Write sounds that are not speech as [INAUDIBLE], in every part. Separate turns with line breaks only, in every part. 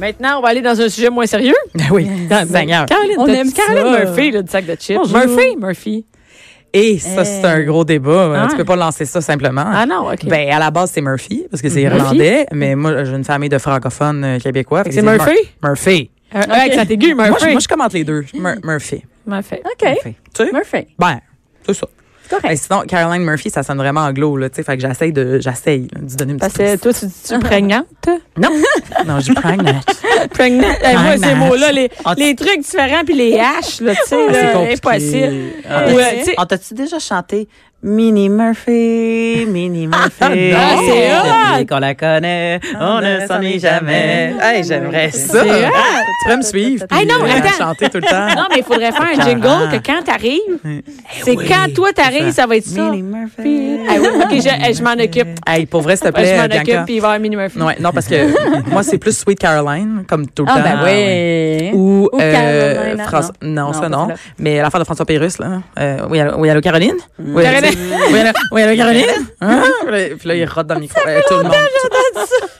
Maintenant, on va aller dans un sujet moins sérieux.
Ah oui, Seigneur.
Caroline,
On
t'as
aime
dit Caroline
ça.
Murphy, là, du sac de chips.
Bonjour.
Murphy, Murphy.
Et Eh, ça, c'est un gros débat. hein.
Ah
Tu
ouais.
peux pas lancer ça simplement.
Ah non, OK.
Ben, à la base, c'est Murphy, parce que c'est
Murphy.
irlandais, mais moi, j'ai une famille de francophones euh, québécois. fait
c'est
que Mur-
Murphy?
Murphy.
Euh, Avec sa aiguë,
Moi, je,
Murphy.
moi, je commente les deux. Mur- Murphy.
Murphy.
OK.
Murphy. Tu sais?
Murphy.
Ben, tout ça.
C'est correct.
Ben, sinon, Caroline Murphy, ça sonne vraiment anglo, là, tu sais. Fait que j'essaye de, j'essaye, là, de donner une
Parce
petite.
que toi, tu dis-tu prégnante?
Non! non, je prends
[LAUGHS] Prégnante. Eh, moi, ces
Prégnante.
mots-là, les,
Ah, tu- Ah,
les trucs différents puis les haches, là, tu sais, là, impossible. Ah, Ouais, tu sais-
On t'a-tu déjà chanté Mini Murphy, Mini Murphy?
Ah,
c'est hot!
qu'on la connaît, on ne s'en est jamais. Hey, j'aimerais
Ça!
ça.
Tu peux me suivre.
Ah,
puis,
non,
euh,
attends.
chanter tout le temps.
Non, mais il faudrait faire un
Carrément.
jingle que quand t'arrives, c'est
oui.
quand toi t'arrives, ça va être ça.
Mini Murphy.
Ah oui, ok, je, eh, je m'en occupe.
Hey, pour vrai, s'il te
Ouais,
plaît,
je m'en
Bianca.
occupe, puis il va y avoir Minnie Murphy.
Ouais, non, parce que moi, c'est plus Sweet Caroline, comme tout le
Ah,
temps.
ben oui.
Ou,
Ou
euh,
Carolina,
François- non,
Non,
ça
pas
non.
celle-là.
Mais l'affaire de François Pérus, là. Euh, oui, allô, oui, allô, Caroline? Oui, allô,
Caroline.
oui, allô, oui, allô, Caroline? Hein? Puis là- Puis là, il rote dans le micro. Euh, tout le monde.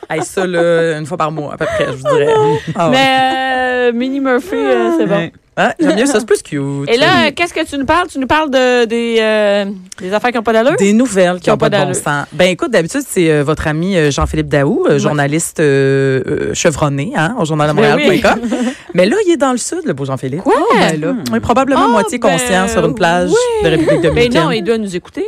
Hey, ça, là, une fois par mois, à peu près, je vous dirais. Ah, ouais.
Mais euh, Minnie Murphy, euh, c'est bon.
Ouais. Ah, J'aime mieux ça, c'est plus cute.
Et là, euh, qu'est-ce que tu nous parles? Tu nous parles de, des, euh, des affaires qui n'ont pas d'allure?
Des nouvelles qui
Qui ont
n'ont pas,
pas
de bon
d'allure.
sens. Ben écoute, d'habitude, c'est euh, votre ami euh, Jean-Philippe Daou, euh, journaliste euh, euh, chevronné hein, au journal de
Ben
Montréal.com.
[LAUGHS]
Mais là, il est dans le sud, le beau Jean-Philippe.
Quoi? Ah,
Oh, ben là, oui, probablement
Oh,
moitié
ben,
conscient sur une plage
[LAUGHS]
de République
Mais
dominicaine.
Ben non, il doit nous écouter.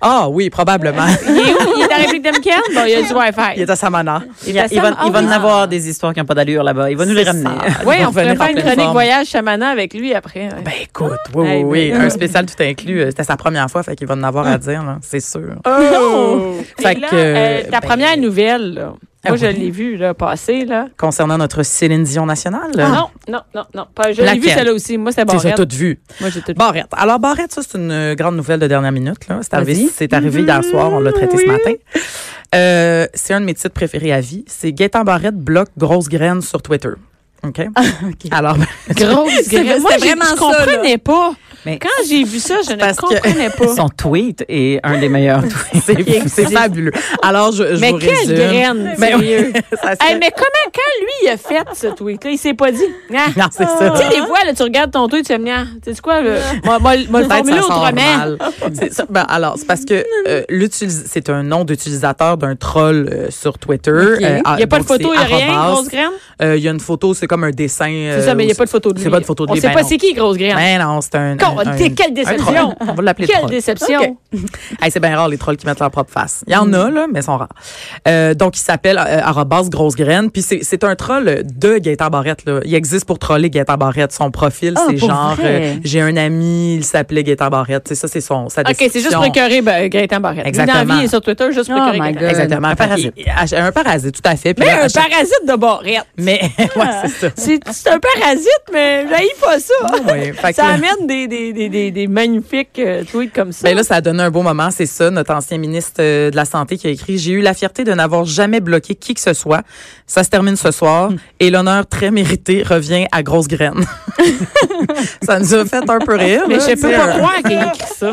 Ah oui,
[LAUGHS]
probablement.
Il est où? Il est à la République dominicaine? Bon, il y a du Wi-Fi.
il est à Samana.
Ah, Il, va- il va, il va en avoir des histoires qui n'ont pas d'allure là-bas. Il va nous les ramener.
Oui,
Il
on pourrait
va revenir en
faire une
pleine
chronique
forme.
voyage chamana avec lui après. hein. ouais.
Ben écoute, oui,
Hey,
oui, oui.
ben- Ah.
Un spécial tout inclus. Euh, C'était sa première fois, fait qu'il va en avoir à dire, là, c'est sûr.
Et
oh! Fait
là,
que,
euh, ta
ben,
première nouvelle, là.
Ah
moi, je
oui?
l'ai vue là, passer. Là.
Concernant notre Céline Dion nationale.
Ah,
euh,
Non, non, non, non. Pas, je l'ai
Laquelle?
vue celle-là aussi. Moi, c'est
Tu les as
Barrette.
toutes vues.
Moi, j'ai tout
Barrette. Alors, Barrette, ça, c'est une euh, grande nouvelle de dernière minute. là. C'est
Vas-y. Mm-hmm.
arrivé, c'est arrivé hier soir, on l'a traité ce matin. Euh, c'est un de mes titres préférés à vie. C'est Gaëtan Barrette bloque grosse graine sur Twitter.
[LAUGHS]
OK? Alors, ben,
Grosse
vrai-
graine. Moi,
c'est
j'ai-
vraiment
je
ça,
comprenais pas.
Mais-
Quand j'ai vu ça, je ne
parce que-
comprenais pas.
Son tweet est un des meilleurs tweets.
[LAUGHS] c'est c'est fabuleux. Alors, je, je
Mais
vous
quelle
résume.
graine,
Ben oui, [LAUGHS]
sérieux.
ça serait-
Hey, mais comment, quand lui il a fait ce tweet-là, il s'est pas dit. Ah.
Non, [LAUGHS] c'est ça.
Tu sais, des fois, là, tu regardes ton tweet, tu fais, Ah, tu sais quoi, le, moi, moi, moi, le
Peut-être
formuler
ça sort
autrement.
mal. C'est ça. Ben, alors, c'est parce que euh, l'utilis- c'est un nom d'utilisateur d'un troll euh, sur Twitter. Euh,
Il n'y a pas de
donc,
photo, il
c'est
n'y a rien,
arrobase.
grosse graine.
Euh, Il y a une photo, c'est comme un dessin.
C'est ça, mais il n'y a pas de photo de lui.
C'est pas de photo de
On
lui,
sait
ben
pas
non.
c'est qui, grosse graine.
Mais non, c'est un.
Con,
un- un-
t'es- quelle
un
déception!
troll. On va l'appeler
Quelle
troll.
déception!
Hey, c'est bien rare les trolls qui mettent leur propre face. Il y en
Mm.
a là, mais ils sont rares. Euh, donc il s'appelle euh, arobase grosse graine. Puis c'est c'est un troll de Gaëtan Barrette là. Il existe pour troller Gaëtan Barrette. Son profil
Ah,
c'est
pour
genre
vrai?
euh, j'ai un ami, il s'appelait Gaëtan Barrette. C'est ça, c'est son. Sa
OK, c'est juste
description.
pour écœurer ben, Gaëtan Barrette. Lui, Dans la
Exactement.
vie, il est sur Twitter, juste pour
Oh
écœurer
my
Gaëtan.
God.
Exactement.
Un parasite.
Fait qu'il- Un parasite, tout à fait. Puis
Mais
là, à
un
chaque-
parasite de Barrette.
Mais [LAUGHS] ouais, c'est ça.
C'est c'est un parasite, mais j'haïs pas ça.
Ouais,
[LAUGHS]
fait que-
Ça amène des, des, des, des, des magnifiques euh, tweets comme ça.
Ben là, ça a donné un beau moment, c'est ça, notre ancien ministre euh, de la Santé qui a écrit « J'ai eu la fierté de n'avoir jamais bloqué qui que ce soit. Ça se termine ce soir
Hmm.
et l'honneur très mérité revient à Grosse Graine. » [LAUGHS] Ça nous a fait un peu rire.
mais
là,
je peux
tu
pas
sais.
croire qu'il a écrit ça.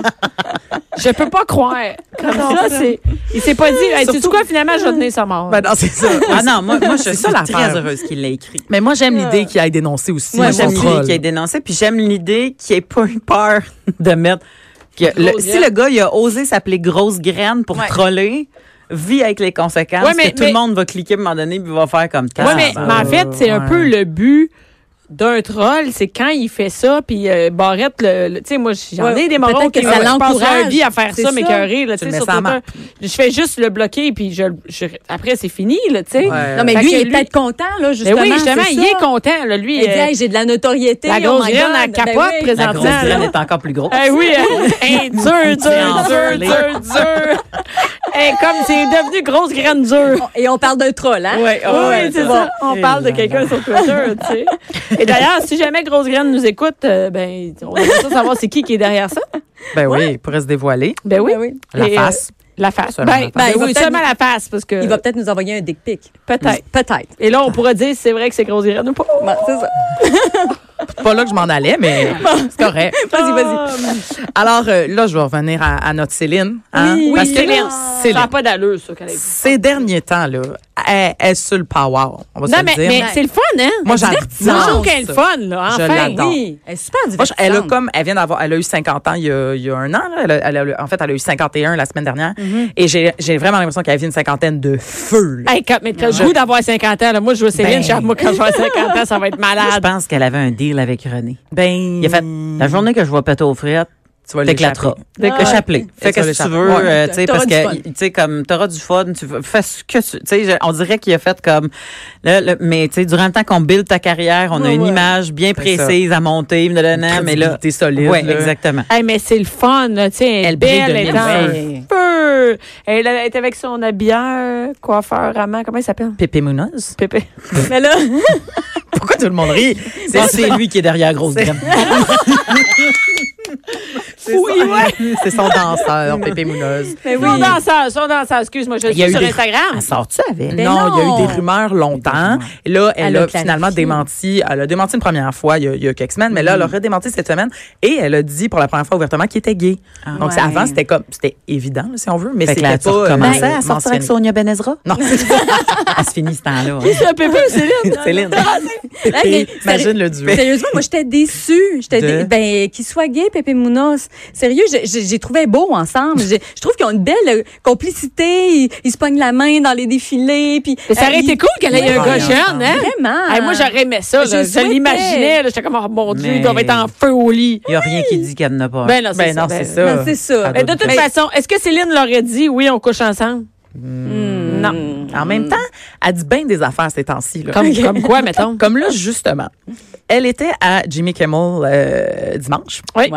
Je peux pas croire. Comme ça, c'est. Il s'est pas dit, hey, tu sais quoi, finalement, je vais donner sa mort.
Ben non, c'est ça.
Ah non, moi, moi je suis
ça, l'affaire.
très heureuse qu'il l'ait écrit.
Mais moi, j'aime l'idée qu'il aille dénoncer aussi.
Moi,
son
j'aime l'idée
troll.
qu'il ait dénoncé, puis j'aime l'idée qu'il ait pas eu peur [LAUGHS] de mettre. que le-
Grosse
si
graine.
le gars, il a osé s'appeler Grosse Graine pour troller, vit avec les conséquences,
Ouais, mais-
que tout le
mais-
monde va cliquer à un moment donné, puis va faire comme
Oui,
ça.
mais,
ben,
mais en fait, c'est un peu le but d'un troll, c'est quand il fait ça, puis euh, Barrette, le, le- tu sais, moi, j'en
Ouais,
ai des
peut-être
morons
que
qui
ça
je passerais
l'encourage.
un vie à faire
C'est
ça,
ça.
m'écœurer, là, tu
Tu le
sais,
mets
sur
sur la
Twitter. Je fais juste le bloquer, puis je, je- après, c'est fini, là, tu sais.
Ouais.
Non, mais
Fait
lui,
que
il est
lui-
peut-être content, là, justement.
Mais oui, justement,
c'est
il
ça.
est content, là, lui.
Il dit,
euh,
Hey, j'ai de la notoriété.
La grosse
oh my
graine, elle
God. Ben
capote
oui.
La
présentement. Euh,
Grosse Graine est encore plus grosse.
Eh oui, hein. Hey, dur, dur, dur, dur, dur. Hey, comme c'est devenu grosse graine dure.
Et on parle d'un troll, hein?
Ouais,
oui, c'est ça. On parle de quelqu'un sur Twitter, tu sais. Et d'ailleurs, si jamais Grosse Graine nous écoute, euh, ben, on aimerait ça savoir c'est qui qui est derrière ça.
Ben oui, il pourrait se dévoiler.
Ben oui.
La
Et, euh,
face.
la face.
Seulement
Ben,
la face.
ben,
Il va
oui,
peut-être
seulement la face, parce que.
Il va peut-être nous envoyer un dick pic.
Euh. Peut-être.
Peut-être.
Et là, on pourra dire si c'est vrai que c'est Grosse Graine ou pas.
Bon, c'est ça.
Pas là que je m'en allais, [LAUGHS] mais c'est correct.
Vas-y, vas-y.
Alors euh, là, je vais revenir à, à notre Céline. hein,
Oui,
parce que
Céline.
Céline,
Ça n'a pas d'allure, ça, qu'elle a dit.
ces derniers temps, là, elle elle est sur le power. On va se
Non,
le
mais,
dire.
mais c'est le fun, hein?
Moi,
C'est
j'adore
divertissant. Moi, je trouve qu'elle est
ça.
le fun, là.
Je
Enfin.
l'adore.
Oui, elle est super
Moi, je-
divertissante.
elle a comme, elle vient d'avoir, elle a eu 50 ans il y a, il y a un an. là. Elle a- elle a- en fait, elle a eu 51 la semaine dernière. Et j'ai j'ai vraiment l'impression qu'elle vit une cinquantaine de feu. là.
Hey, quand, mais t'as le goût d'avoir 50 ans, là. Moi, je veux Céline,
Ben.
genre, moi, quand je vais avoir 50 ans, ça va être
Je [LAUGHS]
malade.
pense qu'elle avait un deal avec René.
Ben,
Il a fait
Hmm.
la journée que je vois péter aux frettes,
tu vas
t'éclateras. Échappé.
Tu vas
Fais ce que tu
l'échapper.
veux,
Ouais.
euh, tu sais,
T'auras
parce
du
que,
fun.
il- tu sais, comme, t'auras du fun, tu veux- fais ce que tu, tu sais, je- on dirait qu'il a fait comme, là, là, mais tu sais, durant le temps qu'on build ta carrière, on a
Ouais,
une
ouais.
image bien
C'est ça.
précise à monter, blablabla, mais là.
t'es solide.
Oui,
là.
exactement.
Hey, mais c'est le fun, là. Tu sais, elle, est
Elle brille
belle,
de
elle est
mille
en
feux.
feu. Elle elle est avec son habilleur, coiffeur, amant, comment il s'appelle?
Pépé Mounoz.
Pépé.
Mais là,
[LAUGHS] Pourquoi tout le monde rit?
Bon, C'est lui qui est derrière Grosse Graine.
[LAUGHS] C'est son- [LAUGHS] c'est son danseur, Pépé Mounoz.
mais oui.
Son danseur, son danseur, excuse-moi, je
Il y a
suis sur
eu des- Ah,
Instagram.
Elle sort-tu avec?
Mais
Ben non, il y a eu
non.
des rumeurs longtemps.
Des rumeurs.
Et Là, elle,
Elle
a,
a
finalement
clarifié.
démenti. Elle a démenti une première fois il y a, il y a quelques semaines, mais là, elle a redémenti cette semaine et elle a dit pour la première fois ouvertement qu'elle était gay. Donc, c'est-
Ouais.
avant, c'était comme, c'était évident, là, si on veut, mais
Fait que
c'était
là,
pas.
tu recommences
euh,
à sortir
mentionné.
avec Sonia Benezra.
Non,
[LAUGHS] Elle se finit ce temps-là. hein.
C'est un Pépé ou
[LAUGHS]
Céline?
Céline.
Là, mais-
Imagine le duo.
Sérieusement, moi, j'étais déçue. J'étais
De?
dé- ben, qu'il soit gay, Pépé Mounos. Sérieux, j'ai- j'ai j'ai trouvé beau ensemble. J'ai- Je trouve qu'ils ont une belle euh, complicité. Ils, ils se pognent la main dans les défilés. Puis,
Mais ça aurait
euh,
été
ils-
cool qu'elle ait
Oui,
un gars
oui,
jeune, hein?
Vraiment.
Hey, moi, j'aurais aimé ça.
Je
là.
le
Je,
souhaitais.
l'imaginais. là. J'étais comme, oh mon Dieu, ils
Mais-
doivent être en feu au lit.
Il n'y a rien qui dit qu'elle n'a pas.
Ben non, c'est
Ben non,
ça.
c'est
ben-
ça.
Non, c'est ça.
Mais de toute
Mais-
façon, est-ce que Céline l'aurait dit, oui, on couche ensemble?
Non.
En même temps, elle dit bien des affaires ces temps-ci. là.
Comme,
[LAUGHS]
comme quoi, mettons?
Comme là, justement. Elle était à Jimmy Kimmel euh, dimanche.
Ouais.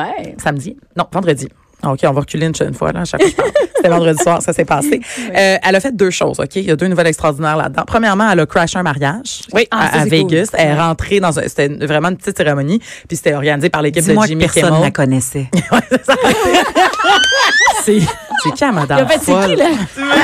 Samedi? Non, vendredi. Ah, OK, on va reculer une, une fois, là, à chaque fois. que je parle. C'était vendredi soir, ça s'est passé. Euh, elle a fait deux choses, OK? Il y a deux nouvelles extraordinaires là-dedans. Premièrement, elle a crashé un mariage
Oui.
à,
Ah, ça,
à
c'est
Vegas. Elle est rentrée dans un... C'était une- vraiment une petite cérémonie, puis c'était organisé par l'équipe de
Dis-moi que
Jimmy
personne ne la
Kimmel.
connaissait.
[LAUGHS] C'est c'est qui, la madame?
En fait, c'est qui,
folle?
là?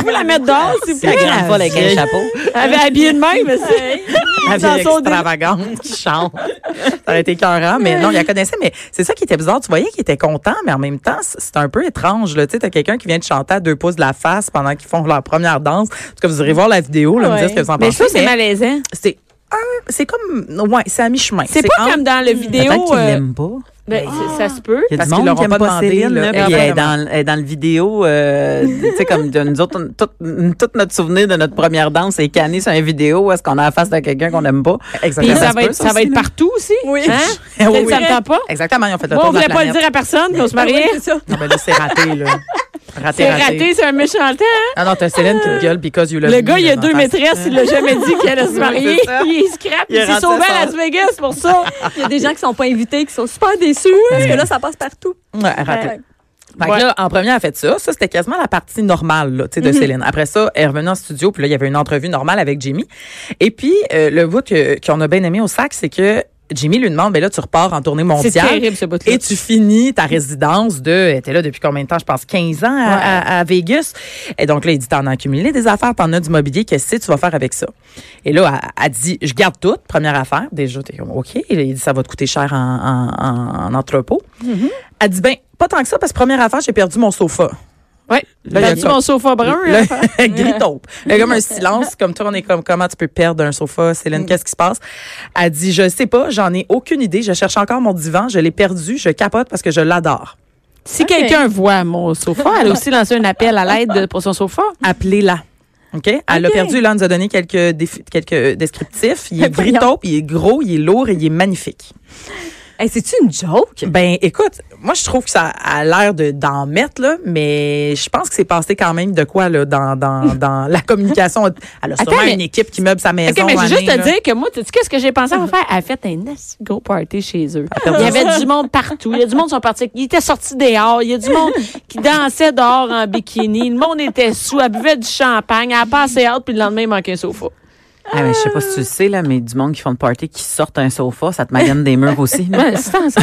Vous la mettre dehors, s'il vous
C'est la
plaît?
[LAUGHS] grande folle avec un chapeau.
Elle avait habillé de même, mais c'est.
La
Dans
vieille
son
extravagante qui chante. Ça aurait été écœurant, mais non, il la connaissait. Mais c'est ça qui était bizarre. Tu voyais qu'il était content, mais en même temps, c- c'est un peu étrange. là. Tu sais, t'as quelqu'un qui vient de chanter à deux pouces de la face pendant qu'ils font leur première danse. En tout cas, vous irez voir la vidéo, là, me dire ce que vous en
Mais
pensez.
ça, c'est
mais
malaisant.
c'est un- c'est comme, ouais, c'est à mi-chemin.
C'est pas
entre-
comme dans la vidéo.
Peut-être qu'il
euh,
l'aime pas.
ben, c'est- Ça se peut.
Il y a
Parce
du
qu'ils
monde
l'auront
qui aime
pas
pas,
demandé,
Céline,
là,
là, puis elle est dans, elle est dans le vidéo, euh, [LAUGHS] tu sais, comme de nous autres, on- tout, tout notre souvenir de notre première danse est canné sur une vidéo où est-ce qu'on a en face de quelqu'un qu'on n'aime pas.
Puis
[LAUGHS] Exactement.
ça
se
va
peut,
être, ça va
aussi,
être
là.
partout aussi.
Oui.
Hein?
Eh [LAUGHS] oui,
Peut-être que Ça
oui.
ne tente pas.
Exactement, ils ont fait le
Moi, on
tour de la
voulait pas le
planète.
dire à personne, puis on se mariait.
c'est ça.
Non, mais là, c'est raté,
[LAUGHS]
là. Raté, Ben
C'est raté, c'est un méchant temps. hein?
Ah non, t'as Céline qui te gueule because you love
Le
me,
gars, il a
là,
deux
dans ta-
maîtresses, il l'a jamais dit qu'il
[LAUGHS]
allait se marier.
c'est ça.
Il scrape,
Il
il
est
s'est
rentré
sauvé
à
à Las
son-
Vegas pour ça.
Il y a des gens qui sont pas invités, qui sont super déçus. hein, Parce que là, ça passe partout.
Ouais, raté.
Ouais.
Fait que
Ouais.
là, en première, elle a fait ça. Ça, c'était quasiment la partie normale là, tu sais, de
Mhm.
Céline. Après ça, elle est revenue en studio, puis là, il y avait une entrevue normale avec Jimmy. Et puis, euh, le bout que- qu'on a bien aimé au sac, c'est que Jimmy lui demande, ben là, tu repars en tournée
C'est
mondiale.
terrible, ce bout-là.
Et tu finis ta résidence de. T'es là depuis combien de temps? Je pense 15 ans à, à- à Vegas. Et donc là, il dit T'en as accumulé des affaires, t'en as du mobilier, qu'est-ce que tu vas faire avec ça? Et là, elle, elle dit Je garde tout, première affaire. Déjà, t'es comme OK. Il dit Ça va te coûter cher en, en- en- en entrepôt. Elle dit Ben, pas tant que ça, parce que première affaire, j'ai perdu mon sofa.
Ouais. Ben,
Là, il y a
T'as dit
comme-
mon sofa brun,
Là,
hein?
[LAUGHS] gris taupe. Il y a comme un silence, comme toi, on est comme comment tu peux perdre un sofa, Céline, qu'est-ce qui se passe? Elle dit Je sais pas, j'en ai aucune idée, je cherche encore mon divan, je l'ai perdu, je capote parce que je l'adore.
Si quelqu'un voit mon sofa, elle a aussi lancé un appel à l'aide de- pour son sofa.
appelez-la. OK? Elle a
OK.
perdu, là, elle nous a donné [LAUGHS] quelques, défi- quelques descriptifs. Il est gris
Voyons.
taupe, il est gros, il est lourd et il est magnifique.
Hey, C'est-tu une joke?
Ben, écoute, moi, je trouve que ça a l'air de, d'en mettre, là, mais je pense que c'est passé quand même de quoi, là, dans, [LAUGHS] dans, dans la communication. Elle a sûrement
Attends, mais-
une équipe qui meuble sa maison.
OK, mais j'ai
année,
juste à
là.
dire que moi, tu sais qu'est-ce que j'ai pensé à faire? Elle a fait un assez gros party chez eux. Il y avait du monde partout. Il y a du monde qui sont partis. Ils étaient sortis dehors. Il y a du monde qui dansait dehors en bikini. Le monde était sous. Elle buvait du champagne. Elle passait hâte, puis le lendemain, il manquait un sofa.
Ah, mais je sais pas si tu le sais, là, mais du monde qui font le party, qui sortent un sofa, ça te magane des murs aussi. là.
Ouais, c'est en- c'est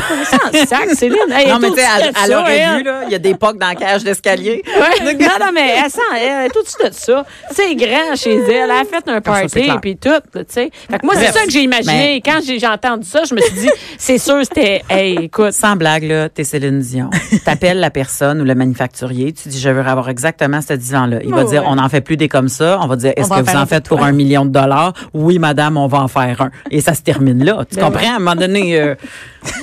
en sac, Céline. [LAUGHS] Hey,
non, mais
tout
tu sais,
de
elle,
suite
elle
ça, hein.
aurait
elle.
vu, là, il y a des pocs dans la cage d'escalier.
Ouais. non, non, mais elle sent, elle est tout de suite ça. C'est grand chez elle. Elle a fait
Ah,
un
ça, c'est
party
clair.
puis tout, là, tu sais. Fait que moi, c'est
Bref.
ça que j'ai imaginé.
Mais-
Quand j'ai j'ai entendu ça, je me suis dit, c'est sûr, c'était, hey, écoute.
Sans blague, là, t'es Céline Dion. T'appelles la personne ou le manufacturier, tu dis, je veux avoir exactement ce divan-là. Il va
Oh,
dire,
ouais.
on n'en fait plus des comme ça. On va dire, est-ce
va
que
en
vous
faire
en
un
faites pour un million de dollars? Oui, madame, on va en faire un. Et ça se termine là. Tu comprends? À un moment donné, euh,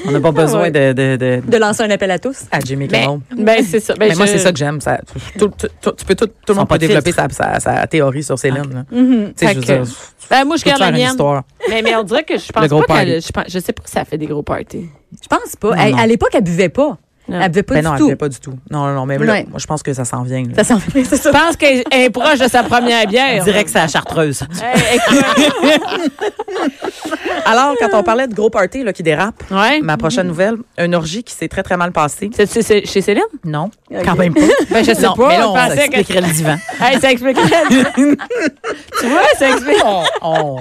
on n'a pas besoin de, de, de-
De lancer un appel à tous?
À Jimmy
Mais,
Kimmel.
ben, c'est ça. Ben,
Mais moi,
je-
c'est ça que j'aime. Ça, tout, tout- tout- tu peux tout, tout le
Sans
monde
pas
peut
de
développer sa, sa, sa théorie sur Céline. là. Mhm. Tu sais,
Fait
je veux
que-
dire,
Ben, moi, je
tu peux
garde
te
la
faire une
mienne.
histoire.
Mais, mais on dirait que je
Le
pense
gros
pas qu'elle.
party.
Je, pense- je sais pas si ça fait des gros parties.
Je pense pas. Hey,
non.
à l'époque, elle buvait pas.
Non.
Elle buvait pas
Ben
du
non, elle
tout.
ne pas du tout. Non, non, non, mais là,
Ouais.
moi, je pense que ça s'en vient. là.
Ça s'en fait, c'est ça.
Je pense qu'elle est proche de sa première bière.
[LAUGHS]
direct, c'est la chartreuse.
Hey, écoute.
Alors, quand on parlait de gros party là, qui dérape, [LAUGHS]
ouais.
ma prochaine nouvelle, une orgie qui s'est très, très mal passée.
C'est- c'est- c'est chez Céline?
Non, quand même pas.
Ben, je sais
Non,
pas.
mais là,
je
on
pensais que.
T'écris le divan.
Hey, ça explique. tu vois, ça explique.
on, on,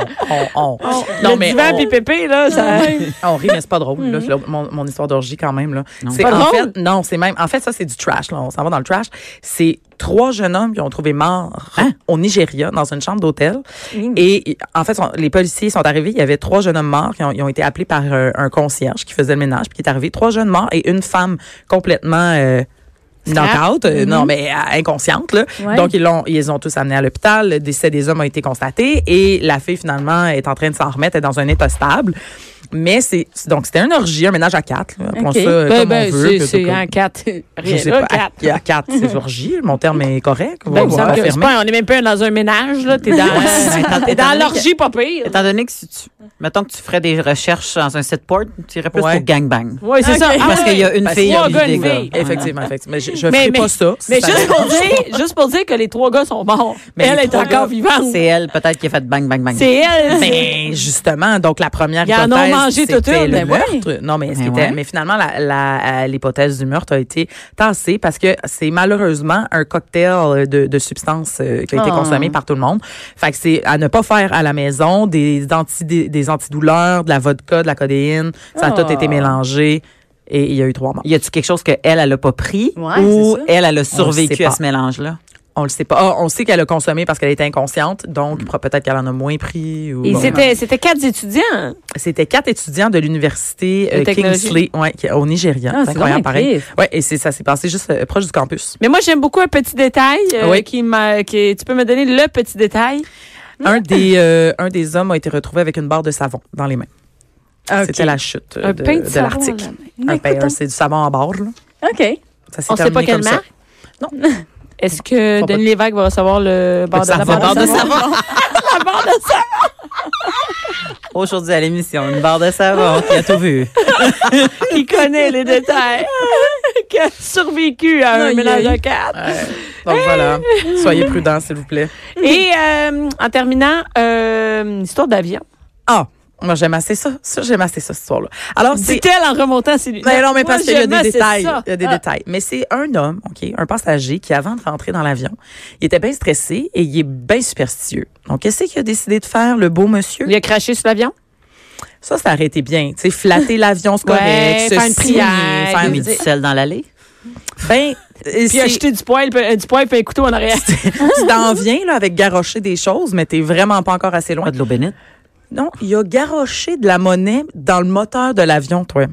on, on.
[LAUGHS] le divan
on-
puis Pépé, là, ça.
Ah, On rit, mais c'est pas drôle, là, là, mon, mon histoire d'orgie quand même. Là.
Mhm.
C'est
Pas
en
drôle?
fait, non, c'est même. En fait, ça, c'est du trash. Là. On s'en va dans le trash. C'est trois jeunes hommes qui ont trouvé morts
Hein?
au Nigeria dans une chambre d'hôtel.
Mmh.
Et en fait, sont- les policiers sont arrivés. Il y avait trois jeunes hommes morts qui ont, ils ont été appelés par euh, un concierge qui faisait le ménage, puis qui est arrivé. Trois jeunes morts et une femme complètement. Euh, Knockout, euh,
Mmh.
non mais euh, inconsciente là.
Ouais.
Donc ils l'ont, ils les ont tous amenés à l'hôpital. Le décès des hommes a été constaté et la fille finalement est en train de s'en remettre, est dans un état stable. Mais c'est donc c'était une orgie, un ménage à quatre. Là. Appelons
Ok.
ça euh,
Ben,
comme on
ben,
veut.
c'est-
que-
c'est
que-
en 4.
je sais
Rien,
pas.
là,
À,
4.
à quatre, c'est orgie. Mon terme est correct.
Ben, il me
Vous
semble que c'est
affirmez.
pas- on est même pas dans un ménage, là. T'es dans, [LAUGHS] t'es dans l'orgie, pas pire.
Étant donné que si tu, mettons que tu ferais des recherches dans un site port, tu irais plus
Ouais.
pour gangbang.
Oui, c'est ça.
Parce
Ah,
qu'il y a une
Parce
fille,
qu'il y a
il y
un
a
gars,
des
une
gars.
fille.
Effectivement, effectivement. Mais je, je
Mais-
ferai
mais-
pas ça. si
Mais
ça
juste
arrive.
pour, dire, juste pour dire que les trois gars sont morts.
Mais
elle
les
est
trois
encore
gars,
vivante.
C'est elle, peut-être, qui a fait bang, bang, bang.
C'est elle.
Mais
[LAUGHS]
Ben, justement, donc la première
Ils en ont
hypothèse,
mangé
c'était
toute une,
le
ben ouais.
meurtre. Non, mais, ce qui
Ben
était-
ouais.
mais finalement, la- la- euh, l'hypothèse du meurtre a été tassée parce que c'est malheureusement un cocktail de, de substances euh, qui a été
Ah.
consommé par tout le monde. Fait que c'est à ne pas faire à la maison des, anti, des, des antidouleurs, de la vodka, de la codéine. Ça a tout
Ah.
été mélangé et il y a eu trois morts.
Y a-tu quelque chose qu'elle, elle n'a pas pris
Ouais,
ou
c'est ça.
elle, elle a
On le sait
survécu
pas.
à ce mélange-là?
On le sait pas. Ah, on sait qu'elle a consommé parce qu'elle était inconsciente, donc peut-être qu'elle en a moins pris. Ou,
Et
Bon.
c'était, c'était quatre étudiants.
C'était quatre étudiants de l'université
De
euh,
technologie.
Kingsley, ouais, qui- au Nigeria.
Ah, c'est
incroyable,
vraiment
pareil.
triste.
Ouais, et c'est ça s'est passé juste euh, proche du campus.
Mais moi, j'aime beaucoup un petit détail. euh,
Oui.
qui m'a, qui, tu peux me donner le petit détail? Mm.
Un des euh, un des hommes a été retrouvé avec une barre de savon dans les mains. C'était la chute euh,
Un
de,
pain de
de
savon,
l'article.
là.
Un pain,
Mais Ah,
hein,
écoute, hein.
c'est du savon en barre. là.
OK.
Ça s'est
On sait pas
terminé
quelle
comme ça.
marque?
Non.
[LAUGHS] Est-ce que
Faut pas-
Denis Lévesque va recevoir le bar de
savon.
la
La barre
barre
de
de savon?
Aujourd'hui à l'émission, une barre de savon qui a
Ah.
[LAUGHS]
tout vu.
Il connaît les détails. [LAUGHS] Qui a survécu à un
Aïe,
ménage
aïe.
à quatre.
Ouais. Donc
[LAUGHS]
voilà, soyez prudents s'il vous plaît.
Et euh, en terminant, euh, une histoire d'avion.
Ah, moi j'aime assez ça. Ça j'aime assez ça cette histoire-là. Alors c'est
Dit-elle en remontant ses lunettes.
Mais Ben non, mais
Moi,
parce qu'il y a
j'aimais,
des
c'est
détails.
ça.
Il y a des
Ah.
détails. Mais c'est un homme, OK, un passager qui, avant de rentrer dans l'avion, il était bien stressé et il est bien superstitieux. Donc, qu'est-ce qu'il a décidé de faire, le beau monsieur?
Il a craché sur l'avion?
Ça, ça aurait été bien. Tu sais, flatter l'avion, c'est correct.
Ouais,
se
faire une
signer,
prière.
faire une-
Mais du sel dans l'allée?
Ben, euh,
Puis il a
c'est-
jeté du poil, puis- euh, du poil puis un couteau en arrière.
[LAUGHS] tu t'en viens, là, avec garrocher des choses, mais t'es vraiment pas encore assez loin.
Pas de l'eau bénite?
Ah, Non, il a garoché de la monnaie dans le moteur de l'avion, toi.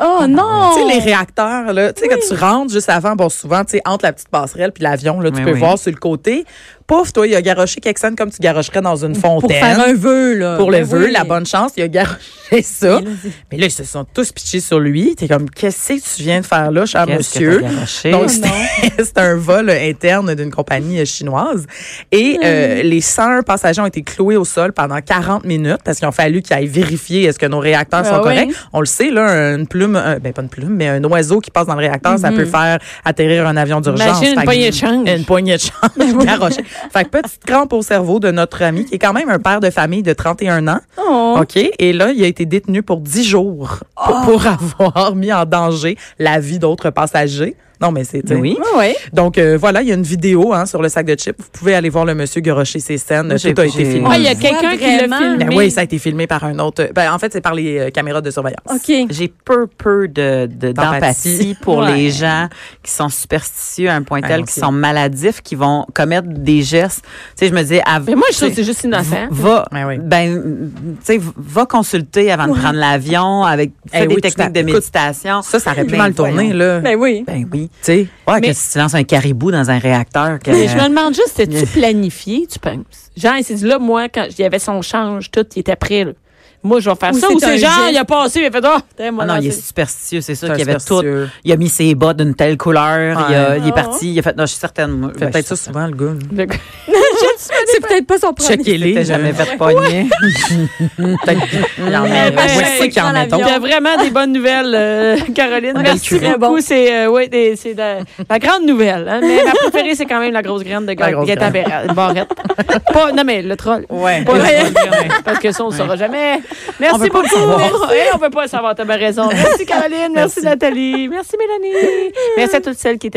Oh non!
Tu sais, les réacteurs, là, tu sais, quand tu rentres juste avant, bon, souvent, tu sais, entre la petite passerelle puis l'avion, là, tu
Oui,
peux
oui.
voir sur le côté. pouf, toi, il a garoché quelques scènes comme tu garocherais dans une fontaine.
Pour faire un vœu, là. Ben
Pour le
Oui.
vœu, la bonne chance, il a garoché [LAUGHS] ça. Mais là, ils se sont tous pitchés sur lui. T'es comme, qu'est-ce que tu viens de faire là, cher monsieur?
Oh,
Donc, c'était- [LAUGHS] c'est un vol interne d'une compagnie euh, chinoise. Et euh, les 101 passagers ont été cloués au sol pendant 40 minutes parce qu'ils ont fallu qu'ils aillent vérifier est-ce que nos réacteurs
Ah
sont
Ben
oui.
corrects. On le sait, là, une plume, euh, ben pas une plume, mais un oiseau qui passe dans le réacteur, ça peut faire atterrir un avion d'urgence.
Mm-hmm. Imagine une
Fait que-
poignée de change. Ben
Une poignée de change garochée. Fait que petite crampe au cerveau de notre ami qui est quand même un père de famille de 31 ans. [LAUGHS]
Oh.
OK. Et là, il a été détenu pour 10 jours pour,
Oh.
pour avoir mis en danger la vie d'autres passagers. Non, mais c'est.
Ben
Oui.
Ah ouais.
Donc euh, voilà, il y a une vidéo hein, sur le sac de chips. Vous pouvez aller voir le monsieur garocher ses scènes.
J'ai-
Tout a été
j'ai-
filmé.
Ah,
il y a
voit
quelqu'un qui l'a
vraiment.
filmé.
Ben oui, ça a été filmé par un autre. Ben, en fait, c'est par les euh, caméras de surveillance.
OK.
J'ai peu, peu de, de-
D'empathie.
d'empathie pour
Ouais.
les gens qui sont superstitieux à un point
Ouais,
tel,
moi
qui
aussi.
sont maladifs, qui vont commettre des gestes. Tu sais, je me dis, av-
Mais moi, je trouve que c'est juste innocent.
va,
Ouais, ouais.
ben, tu sais, va consulter avant de prendre l'avion avec fais
Eh
des
oui, tu
techniques de
t'as- écoute,
méditation.
Ça, ça aurait pu
Ben,
mal tourner,
voyons.
là.
Ben oui.
Ben oui.
tu sais,
Ouais,
Mais-
que si tu lances un caribou dans un réacteur,
[LAUGHS]
que,
Mais je me demande juste, c'était-tu
Mais-
planifié, tu penses? Genre, il s'est dit, là, moi, quand il y avait son change, tout, il était prêt, là. Moi, je vais faire
Ou
ça.
c'est
Ou
un
c'est genre,
geste.
il a passé, il a fait, oh, t'es
Ah
moi,
non, il est
c'est-
superstitieux, c'est sûr
C'est un
qu'il avait tout.
superstitieux.
Il a mis ses bas d'une telle couleur, il, a-
Ouais.
il est parti, il a fait, non, je suis certaine. moi,
Fait
ben,
peut-être
je
ça
suis
souvent, le gars.
Le gars-
[LAUGHS] C'est peut-être pas son premier.
Checkez-les.
T'as
là.
jamais fait pogner. [LAUGHS]
Peut-être qu'il y en
Eh
a.
ben,
Moi, je sais qu'il y en a
prends
Il
d'autres.
y a vraiment [LAUGHS] des bonnes nouvelles, euh, Caroline.
On est
Merci
curé.
beaucoup. C'est euh, ouais, des- c'est de- la grande nouvelle. hein. Mais ma préférée, c'est quand même la grosse graine de
La grosse
Gaëtan Barrette. Barrette. Pas, non, mais le troll.
Ouais.
Pas la grosse graine, parce que ça, on ne saura jamais. Merci
peut pas
beaucoup.
le savoir.
Eh, on
[LAUGHS]
ne peut pas le savoir, tu as raison. Merci, Caroline. Merci, Nathalie. Merci, Mélanie. Merci à toutes celles qui étaient